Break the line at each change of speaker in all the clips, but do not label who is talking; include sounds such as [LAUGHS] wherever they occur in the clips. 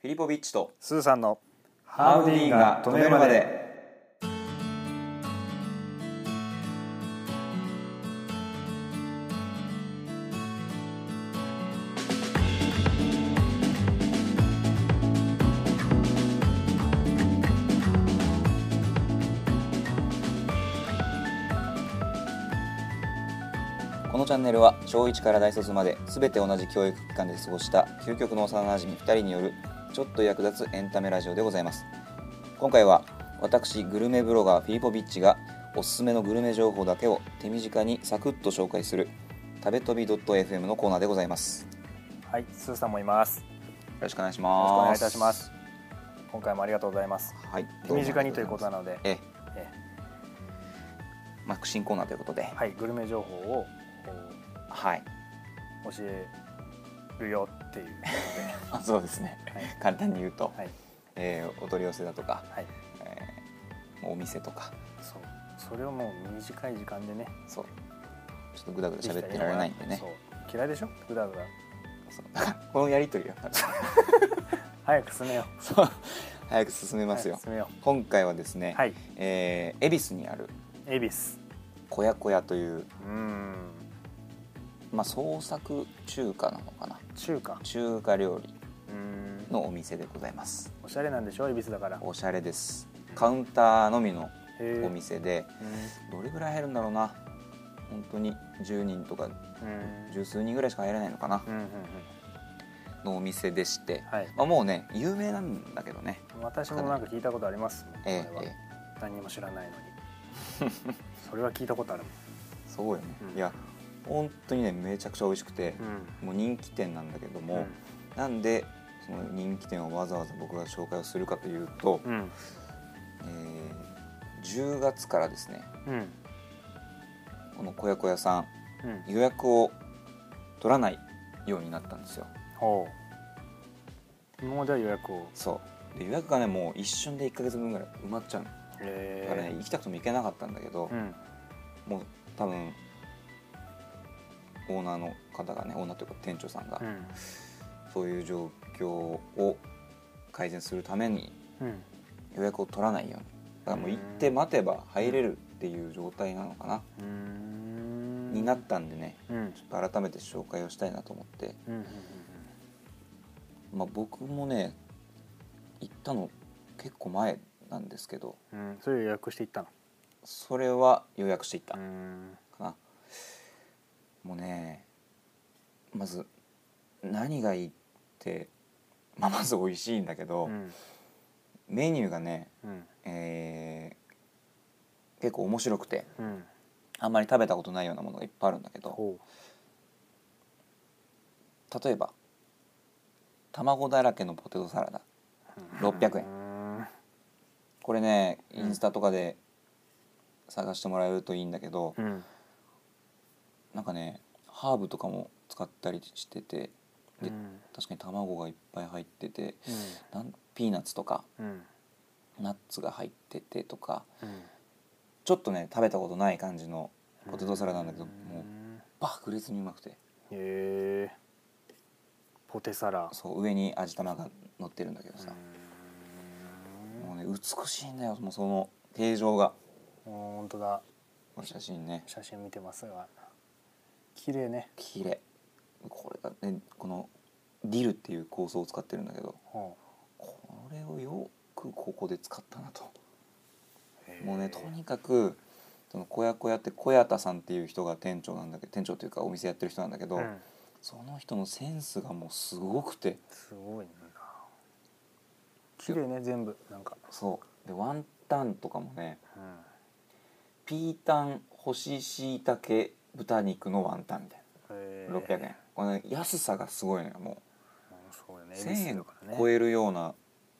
フィリポビッチと
スーさんの
ハーブディーンが止めるまで。このチャンネルは小1から大卒まで全て同じ教育機関で過ごした究極の幼馴染2人によるちょっと役立つエンタメラジオでございます今回は私グルメブロガーフィリポビッチがおすすめのグルメ情報だけを手短にサクッと紹介する食べ飛び .fm のコーナーでございますよ
はいスーさんもいますよ
ろしくお願いし
ろ
ま
し
す
くお願いいたします今回もありがとうございます
はい
手短にということな
の
ので
ええ
え
まあ新コーナーということで
えはいグルメ情報をこ
はい、
う教えるよ
[LAUGHS]
っていうこ
あそうですね
とではい
簡単に言うと、
はい
えーお取り寄せだとか、
はい
えーお店とか
そうそれをもう短い時間でね
そうちょっとグダグダ喋ってられないんでね
そう嫌いでしょグダグダ
そうだから [LAUGHS] このやり取りが
早く進めよう
そう早く進めますよ
早く進めよ
今回はですね、
うはい
えー恵比寿にある
恵比寿
こやこやという、
うーん
まあ、創作中華なのかな
中華
中華料理
うーん
のお店でございます
おしゃれなんでしょ恵比寿だから
おしゃれですカウンターのみの
へえ
お店でどれぐらい入るんだろうな本当に10人とか
うんうん
十数人ぐらいしか入れないのかな
うんうんうん
のお店でして、
はい
まあ、もうね有名なんだけどね
私もなんか聞いたことありますもん
ええ
これは
ええ
何にも知らないのにそれは聞いたことある
すごいよね、
うん
いや本当にねめちゃくちゃ美味しくて、も
もん
う人気店なんだけど
う
も、なんでその人気店をわざわざ僕が紹介をするかというと、
んうん
えー10月からですね
うん
この小屋小屋さん
うん
予約を取らないようになったんですよ
ほうもうじゃあ予約を
そうで予約がねもう一瞬で1ヶ月分ぐらい埋まっちゃうのだ
へ
からね行きたくても行けなかったんだけど
う、ん
もう多分オーナーの方がねオーナーというか店長さんが、
うん
そういう状況を改善するために
うん
予約を取らないようにだからもう行って待てば入れるっていう状態なのかな、
うーん
になったんでね
うん
ちょっと改めて紹介をしたいなと思って、
うんうん
まあ、僕もね行ったの結構前なんですけど
うんうんそれ予約していったの
それは予約していった
う
か
ん
な、もうねまず何がいいって、まあ、まず美味しいんだけど、
うん
メニューがね、
うん
えー結構面白くて
うん
あんまり食べたことないようなものがいっぱいあるんだけど
ほ
例えば卵だらけのポテトサラダ
う
600円
円
これねイ
うん
ンスタとかで探してもらえるといいんだけど、
うん
なんかねハーブとかも使ったりしててで
うん
確かに卵がいっぱい入っててなんピーナッツとか
うん
ナッツが入っててとか
うん
ちょっとね食べたことない感じのポテトサラダなんだけど
う
もう爆裂にうまくて
へえポテサラ
そう上に味玉が乗ってるんだけどさ、も
う
うね美しいんだよもうその形状が
ーん本当だ
この写真ね
写真見てますが綺麗ね
綺麗これがねこのディルっていう構想を使ってるんだけど
ほ
これをよくここで使ったなと
う
もうねとにかくその小屋小屋って小屋田さんっていう人が店長なんだけど店長というかお店やってる人なんだけど、
うん
その人のセンスがもうすごくて
すごいな綺麗ね全部なんか
そうでワンタンとかもね
うん
ピータン干し椎茸豚肉のワンタンみたい
へ
な
ー
600円これ、ね、安さがすごいのよも
うんそうよ
う
ね
1,000円超
声
えるような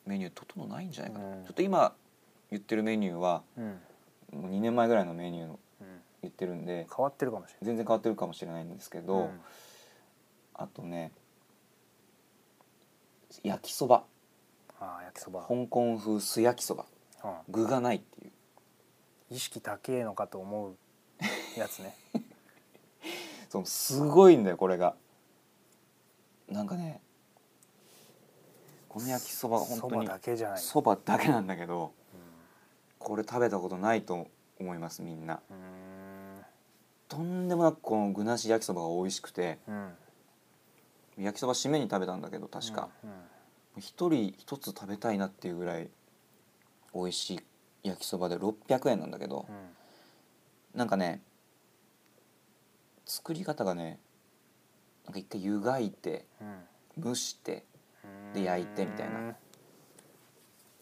メニューととのないんじゃないかな、
うん
ちょっと今言ってるメニューは
うん
もう2年前ぐらいのメニューの
うん
言ってるんで
変わってるかもしれない
全然変わってるかもしれないんですけど、
うん
あとね焼きそば
あー焼きそば
香港風素焼きそば
うん
具がないっていう
意識高えのかと思うやつね
そのすごいんだよこれがなんかねこ [LAUGHS] の焼きそば本
そ
当
ば
に
だけじゃない
そばだけなんだけどこれ食べたことないと思いますみんな
うん
とんでもなくこの具なし焼きそばが美味しくて
うん
焼きそば締めに食べたんだけど確か
うんうん
一人一つ食べたいなっていうぐらい美味しい焼きそばで600円なんだけど
うん
なんかね作り方がねなんか一回湯がいて蒸して
うん
で焼いてみたいな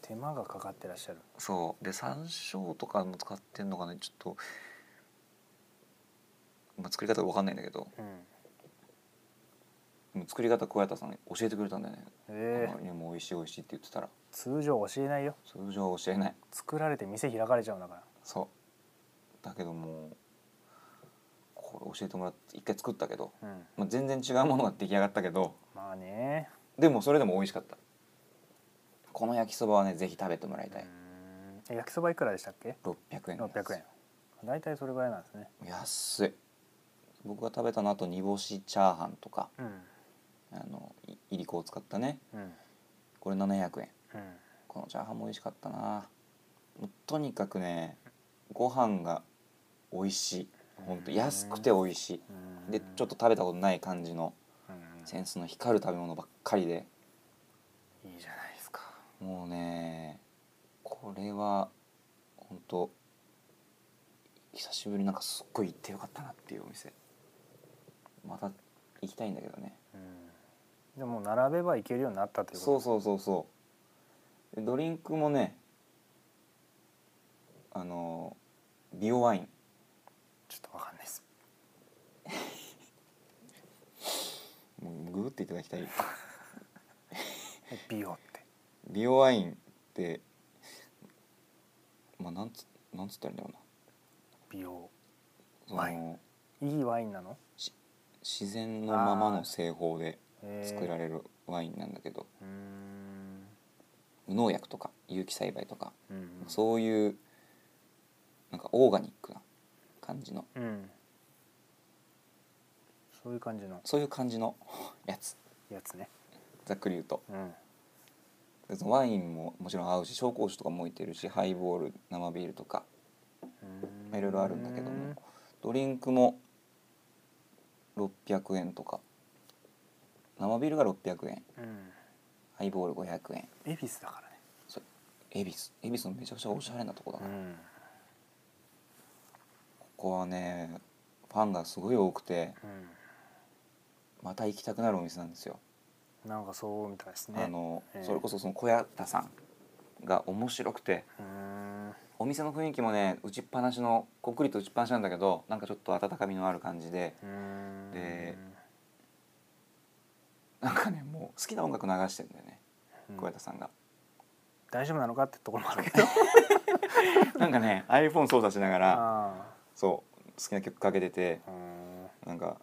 手間がかかってらっしゃる
そうで山椒とかも使ってんのかなちょっと、まあ、作り方わかんないんだけど
うん
でも作り方小谷田さん教えてくれたんだよね、
え
あま
ー
りにも美味しい美味しいって言ってたら
通常教えないよ
通常は教えない
作られて店開かれちゃうんだから
そうだけどもうこれ教えてもらって一回作ったけど、
うん
まあ、全然違うものが出来上がったけど
まあね
でもそれでも美味しかったこの焼きそばはねぜひ食べてもらいた
う
い、
んえ焼きそばいくらでしたっけ
600円なんです
600円大体それぐらいなんですね
安い僕が食べたのあと煮干しチャーハンとか
うん
あのいいりこを使ったね
うん
これ700円
うん
このチャーハンも美味しかったなもうとにかくねご飯が美味しいほんと安くて美味し
うん
いでちょっと食べたことない感じの
うん
センスの光る食べ物ばっかりで
いいじゃないですか
もうねこれはほんと久しぶりになんかすっごい行ってよかったなっていうお店また行きたいんだけどね
うんでも並べばいけるようになったというこ
そ
と
うそうそうそうでドリンクもねあのビオワイン
ちょっとわかんないです
もうグーっていただき
[LAUGHS]
たい
え美容って
ビオワインってまあなんつなんつったらいいんだろ
美容
うな
ワイ
その
いいワインなの
自然のままの製法で作ら
れ
れるワインなんだけど、
うーん
無農薬とか有機栽培とか、
うん
そういうなんかオーガニックな感じの
うんそういう感じの
そういう感じの [LAUGHS] やつ
やつね
ざっくり言うと
うん
でそのワインももちろん合うし紹興酒とかも置いてるしハイボール生ビールとかまあいろいろあるんだけどもドリンクも600円とか生ビールが600円
うん
ハイボール500円
恵比寿だからね
恵比寿恵比寿のめちゃくちゃおしゃれなとこだから、
ん
ここはねファンがすごい多くて
う
また行きたくなるお店なんですよ、
んなんかそうみたいですね
あの
ええ
それこそその小屋田さんが面白くて
うーん
お店の雰囲気もね打ちっぱなしのこっくりと打ちっぱなしなんだけどなんかちょっと温かみのある感じで
うーん
でなんかねもう好きな音楽流してるんだよね
うん
小谷田さんが、
大丈夫なのかってところもある
[LAUGHS]
けど
なんかね iPhone 操作しながら
あ
そう好きな曲かけてて
ーうーん
なんか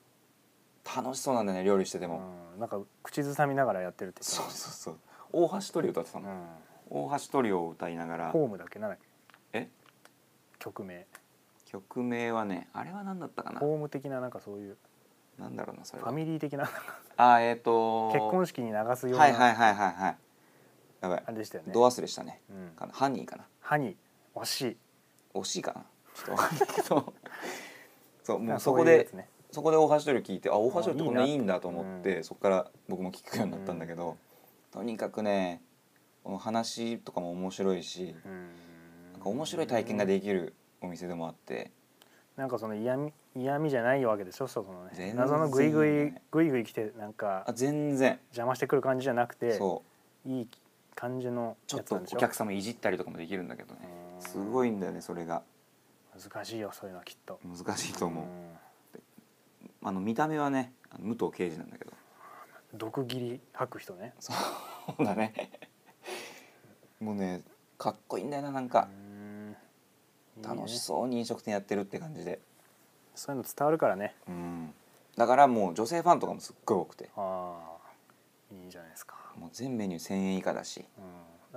楽しそうなんだよね料理してても、
うんなんか口ずさみながらやってるって言って
そう
た
そうそう大橋トリオ歌ってた
う
の、
ん
大橋トリオを歌いながら
ホームだっけなんだっけ
え
曲名
曲名はねあれは何だったかな
ホーム的ななんかそういう
なんだろうなそれ
ファ
は
ミリー的な
あえっ、と
結婚式に流すような
はいは
あ
いはいはいはいやばい、
れでしたよね
ド忘れしたね
うん
かなハニーかな
歯に惜しい
惜しいかなちょっとわかんないけど [LAUGHS] そうも
なん
う
か
そこ
ういうや
で
つね
そこで大橋トリオ聞いてあ大橋トリオってこんない
い
い
いなん
だと思って、
うん
そこから僕も聞くようになったんだけど、とにかくねこの話とかも面白いし、
うん
なんか面白い体験ができるお店でもあって、
なんかその嫌み嫌味じゃないわけでしょそ
全
のね
然
謎のグイグイ
ない
グイグイ来てなんか
あ全然
邪魔してくる感じじゃなくて
そう
いい感じの
ちょ
や
っ
つな
と
んでし
お
ょ
客様いじったりとかもできるんだけどね
うん
すごいんだよねそれが
難しいよそういうのはきっと
難しいと思う、
ん
あの見た目はねあの武藤刑事なんだけど
毒斬り吐く人ね
そうだねもうねかっこいいんだよななんか
うんいいね
楽しそうに飲食店やってるって感じで
そういうの伝わるからね
うんだからもう女性ファンとかもすっごい多くて
ああいいじゃないですか
もう全メニュー1,000円以下だし
うんだか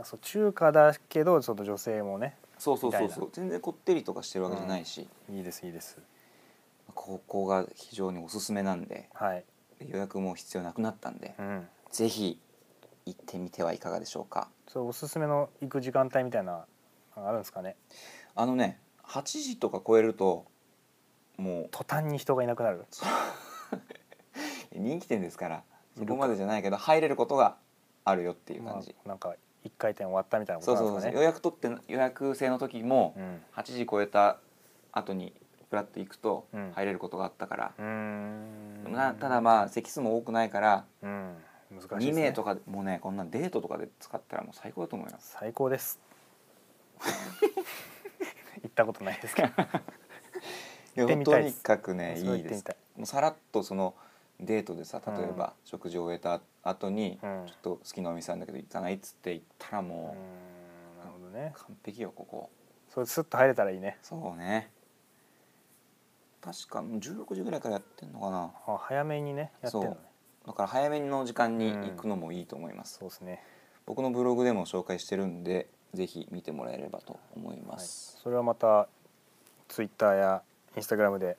らそう中華だけどその女性もね
そうそうそう
みた
そ
いう
全然こってりとかしてるわけじゃないし、
いいですいいです
ここが非常におすすめなんで
はい、
予約も必要なくなったんで、
うん、
ぜひ行ってみてはいかがでしょうか
そうおすすめの行く時間帯みたいなのがあるんですかね
あのね8時とか超えるとも
途端に人がいなくなる
う人気店ですからそこまでじゃないけど入れることがあるよっていう感じ、
まあ、なんか一回転終わったみたいなこ
そ
と
う
な
そ
ん
うそう
ですか
予
ね
約取って予約制の時も
うん
8時超えた後にプラッと行くと
うん
入れることがあったから、
うーん
なただまあ席数も多くないから
うん難しいです、ね、
2名とかでもうねこんなんデートとかで使ったらもう最高だと思います
[LAUGHS] 最高です行ったことないですけど
いや
ってみた
と
いで
に
す
かくね
す
[LAUGHS]
ご
い
い
い
行
で
ってみ
す
たい
もうさらっとそのデートでさ
うん
例えば食事を終えた後に、
うん
ちょっと好きなお店なんだけど行かないっつって行ったら
うーん
も
なるほどね
う完璧よここ
それスッと入れたらいいね
そうね確かもう16時ぐらいからやってんのかな
あ早めにねやってんのね
だから早めの時間に行くのもいいと思います、
そうですね、
僕のブログでも紹介してるんでぜひ見てもらえればと思い
は
ま
い、
す、
それはまたツイッターやインスタグラムで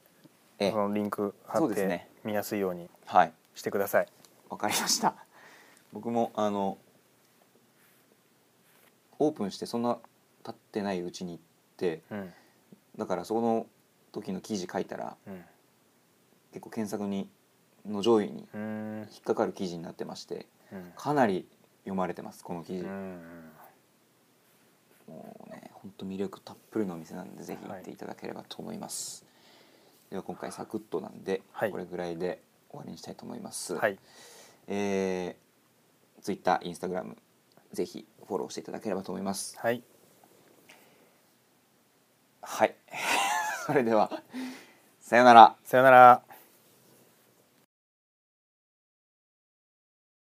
ええ
そのリンク貼
そう
っ
です
て
ね
見やすいように
はい
してください、
わかりました僕もあのオープンしてそんな経ってないうちに行って
うん
だからその時の記事書いたら
うん
結構検索にの上位に
うーん
引っかかる記事になってまして
うん
かなり読まれてますこの記
う
事、
ん
もうねほんと魅力たっぷりのお店なんでぜひ行っていただければと思います、では今回サクッとなんで、
はい
これぐらいで終わりにしたいと思います、
はい
えー、Twitter、Instagram ぜひフォローしていただければと思います。
はい
[LAUGHS] はい。それでは、さようなら。
さよなら